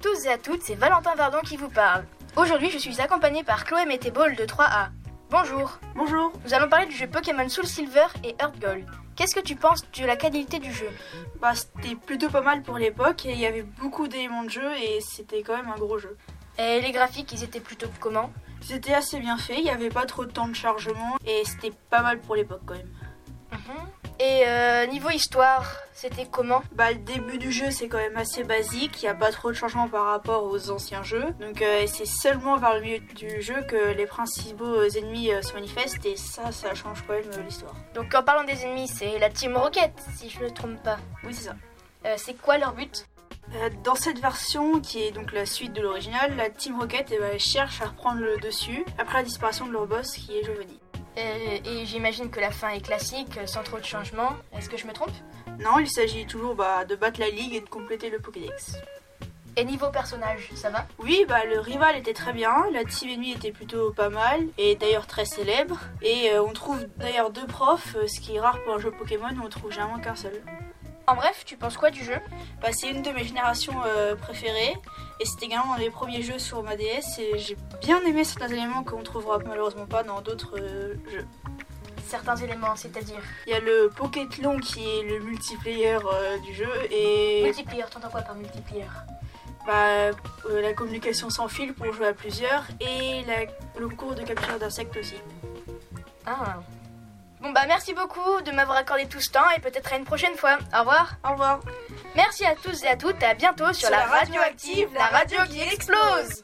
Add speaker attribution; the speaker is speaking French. Speaker 1: tous et à toutes, c'est Valentin Verdon qui vous parle. Aujourd'hui, je suis accompagné par Chloé Metteball de 3A. Bonjour.
Speaker 2: Bonjour.
Speaker 1: Nous allons parler du jeu Pokémon Soul Silver et Heart Gold. Qu'est-ce que tu penses de la qualité du jeu
Speaker 2: Bah, c'était plutôt pas mal pour l'époque et il y avait beaucoup d'éléments de jeu et c'était quand même un gros jeu.
Speaker 1: Et les graphiques, ils étaient plutôt comment
Speaker 2: C'était assez bien fait, il n'y avait pas trop de temps de chargement et c'était pas mal pour l'époque quand même.
Speaker 1: Mhm. Et euh, niveau histoire, c'était comment
Speaker 2: Bah, le début du jeu c'est quand même assez basique, il n'y a pas trop de changements par rapport aux anciens jeux. Donc euh, c'est seulement vers le milieu du jeu que les principaux ennemis euh, se manifestent et ça, ça change quand même euh, l'histoire.
Speaker 1: Donc en parlant des ennemis, c'est la Team Rocket, si je ne me trompe pas.
Speaker 2: Oui, c'est ça.
Speaker 1: Euh, c'est quoi leur but
Speaker 2: Euh, Dans cette version, qui est donc la suite de l'original, la Team Rocket eh ben, cherche à reprendre le dessus après la disparition de leur boss qui est Giovanni.
Speaker 1: Euh, Et j'imagine que la fin est classique, sans trop de changements. Est-ce que je me trompe
Speaker 2: Non, il s'agit toujours bah, de battre la ligue et de compléter le Pokédex.
Speaker 1: Et niveau personnage, ça va
Speaker 2: Oui, bah, le rival était très bien, la team ennemie était plutôt pas mal, et d'ailleurs très célèbre. Et euh, on trouve d'ailleurs deux profs, euh, ce qui est rare pour un jeu Pokémon, on trouve généralement qu'un seul.
Speaker 1: En bref, tu penses quoi du jeu
Speaker 2: Bah, c'est une de mes générations euh, préférées, et c'était également un des premiers jeux sur ma DS, et j'ai bien aimé certains éléments qu'on trouvera malheureusement pas dans d'autres euh, jeux.
Speaker 1: Certains éléments, c'est-à-dire
Speaker 2: Il y a le Pokétlon qui est le multiplayer euh, du jeu, et
Speaker 1: Multiplier, t'entends quoi par multiplier
Speaker 2: bah, euh, la communication sans fil pour jouer à plusieurs et la- le concours de capture d'insectes aussi.
Speaker 1: Ah. Bon bah merci beaucoup de m'avoir accordé tout ce temps et peut-être à une prochaine fois. Au revoir.
Speaker 2: Au revoir.
Speaker 1: Merci à tous et à toutes et à bientôt sur, la radioactive, la radio qui explose.